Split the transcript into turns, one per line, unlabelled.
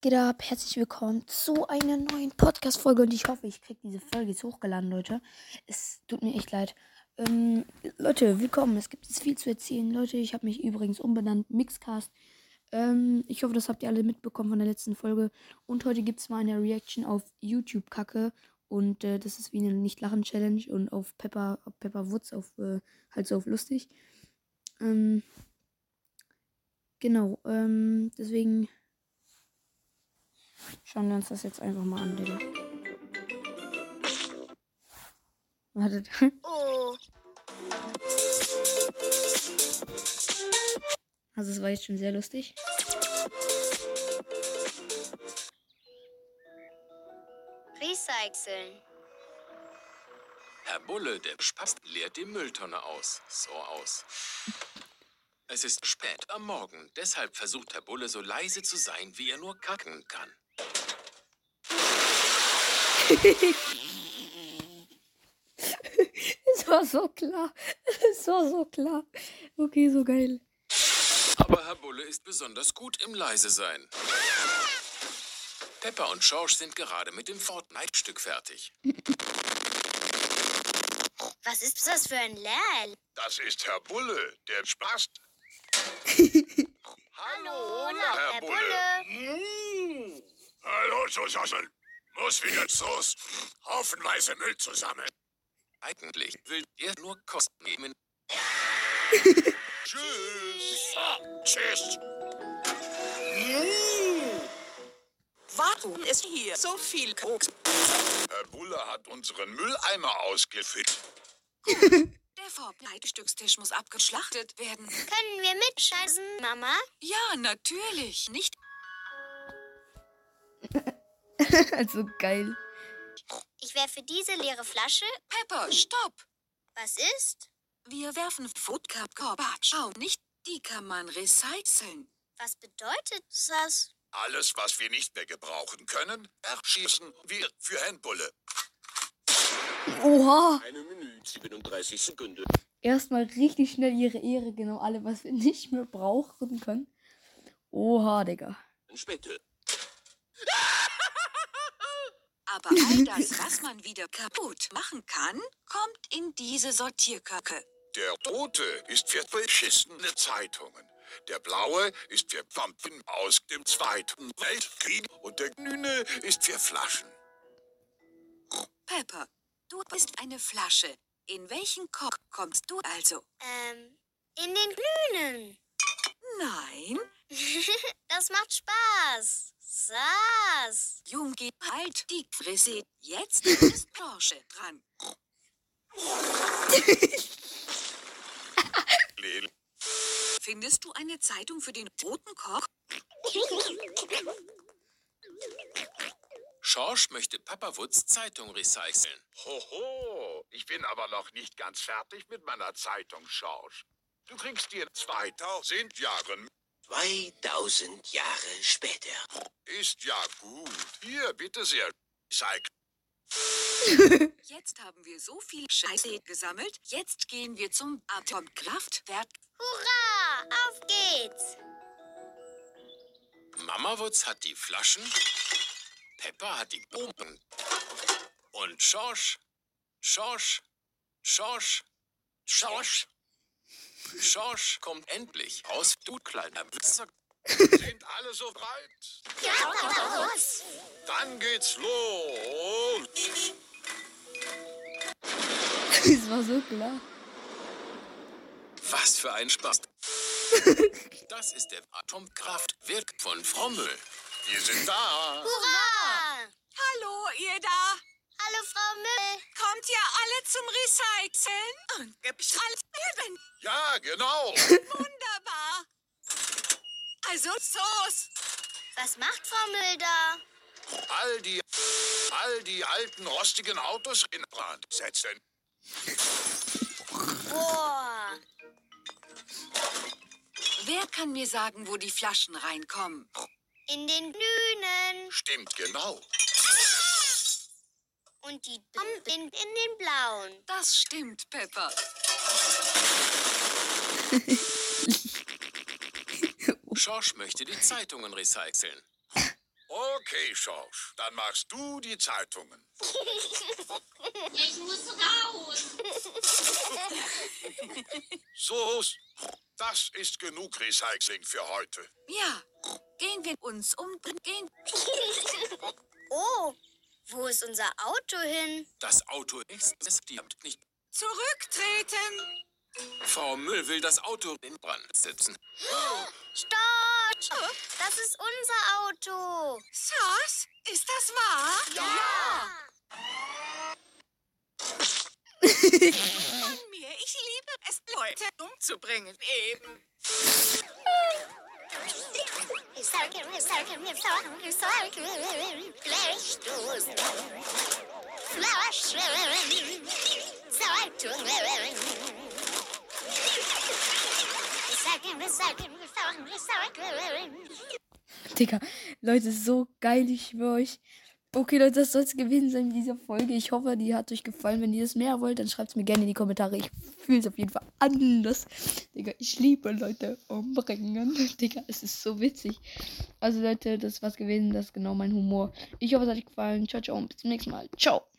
Geht ab, herzlich willkommen zu einer neuen Podcast-Folge und ich hoffe, ich kriege diese Folge jetzt hochgeladen, Leute. Es tut mir echt leid. Ähm, Leute, willkommen. Es gibt jetzt viel zu erzählen. Leute, ich habe mich übrigens umbenannt. Mixcast. Ähm, ich hoffe, das habt ihr alle mitbekommen von der letzten Folge. Und heute gibt es mal eine Reaction auf YouTube-Kacke. Und äh, das ist wie eine Nicht-Lachen-Challenge und auf Pepper, auf Pepper Woods, auf äh, halt so auf lustig. Ähm, genau, ähm, deswegen schauen wir uns das jetzt einfach mal an, Digga. Wartet.
Oh,
Also es war jetzt schon sehr lustig.
recyceln.
Herr Bulle, der Spast leert die Mülltonne aus. So aus. Es ist spät am Morgen, deshalb versucht Herr Bulle so leise zu sein, wie er nur kacken kann.
Es war so klar. Es war so klar. Okay, so geil.
Aber Herr Bulle ist besonders gut im Leisesein. Pepper und George sind gerade mit dem Fortnite-Stück fertig.
Was ist das für ein Lärm?
Das ist Herr Bulle, der Spast.
Hallo,
Herr Hallo zusammen. Muss wieder los. Haufenweise Müll zusammen.
Eigentlich will er nur Kosten nehmen.
Tschüss. Tschüss.
Warum ist hier so viel Koks?
Herr Bulle hat unseren Mülleimer ausgefüllt.
Der Verbleibstückstisch muss abgeschlachtet werden.
Können wir mitscheißen, Mama?
Ja, natürlich. Nicht
Also geil.
Ich werfe diese leere Flasche.
Pepper, stopp!
Was ist?
Wir werfen Foodcup-Korbachtschaum nicht. Die kann man recyceln.
Was bedeutet das?
Alles, was wir nicht mehr gebrauchen können, erschießen wir für Herrn Bulle.
Oha.
Eine Minute 37 Sekunden.
Erstmal richtig schnell ihre Ehre, genau alle, was wir nicht mehr brauchen können. Oha, Digga.
Später.
Aber all das, was man wieder kaputt machen kann, kommt in diese Sortierkacke.
Der rote ist für beschissene Zeitungen. Der blaue ist für Pfampen aus dem Zweiten Weltkrieg. Und der grüne ist für Flaschen.
Pepper, du bist eine Flasche. In welchen Korb kommst du also?
Ähm, in den Grünen.
Nein,
Das macht Spaß. Saß.
Junge, halt die Fresse. Jetzt ist Porsche dran.
Lil.
Findest du eine Zeitung für den roten Korb?
George möchte Papa Woods Zeitung recyceln.
Hoho, ich bin aber noch nicht ganz fertig mit meiner Zeitung, George. Du kriegst dir 2000 Jahren.
2000 Jahre später.
Ist ja gut. Hier, bitte sehr. Zeig.
Jetzt haben wir so viel Scheiße gesammelt. Jetzt gehen wir zum Atomkraftwerk.
Hurra! Auf geht's.
Mama Wutz hat die Flaschen, Peppa hat die Bomben und Schorsch, Schorsch, Schorsch, Schorsch, Schorsch kommt endlich raus, du kleiner Witzer.
Sind alle soweit?
Ja, Papa Wutz.
Dann geht's los.
Es war so klar.
Was für ein Spaß. Das ist der Atomkraftwerk von Frommel.
Wir sind da.
Hurra!
Hallo, ihr da!
Hallo, Frau Müll.
Kommt ihr alle zum Recyceln? Und gebschallt werden.
Ja, genau.
Wunderbar! Also, Soos!
Was macht Frau Müll da?
All die, all die alten rostigen Autos in Brand setzen.
Boah.
Wer kann mir sagen, wo die Flaschen reinkommen?
In den Grünen.
Stimmt genau.
Und die Bomben in den Blauen.
Das stimmt, Pepper.
Schorsch möchte die Zeitungen recyceln.
Okay, Schorsch, dann machst du die Zeitungen.
Ich muss raus.
So, das ist genug Recycling für heute.
Ja, gehen wir uns um. Gehen.
Oh, wo ist unser Auto hin?
Das Auto existiert nicht.
Zurücktreten!
Frau Müll will das Auto in Brand setzen.
Stopp! Das ist unser Auto.
Sars, ist das wahr? Von mir, ich liebe es, Leute umzubringen. Eben.
Blechdosen. Flaschen. Zeitungen. Recyceln, recyceln, recyceln, recyceln.
Digga, Leute, so geil, ich schwöre euch. Okay, Leute, das soll es gewesen sein mit dieser Folge. Ich hoffe, die hat euch gefallen. Wenn ihr das mehr wollt, dann schreibt es mir gerne in die Kommentare. Ich fühle es auf jeden Fall anders. Digga, ich liebe Leute umbringen. Digga, es ist so witzig. Also, Leute, das war's gewesen. Das ist genau mein Humor. Ich hoffe, es hat euch gefallen. Ciao, ciao und bis zum nächsten Mal. Ciao.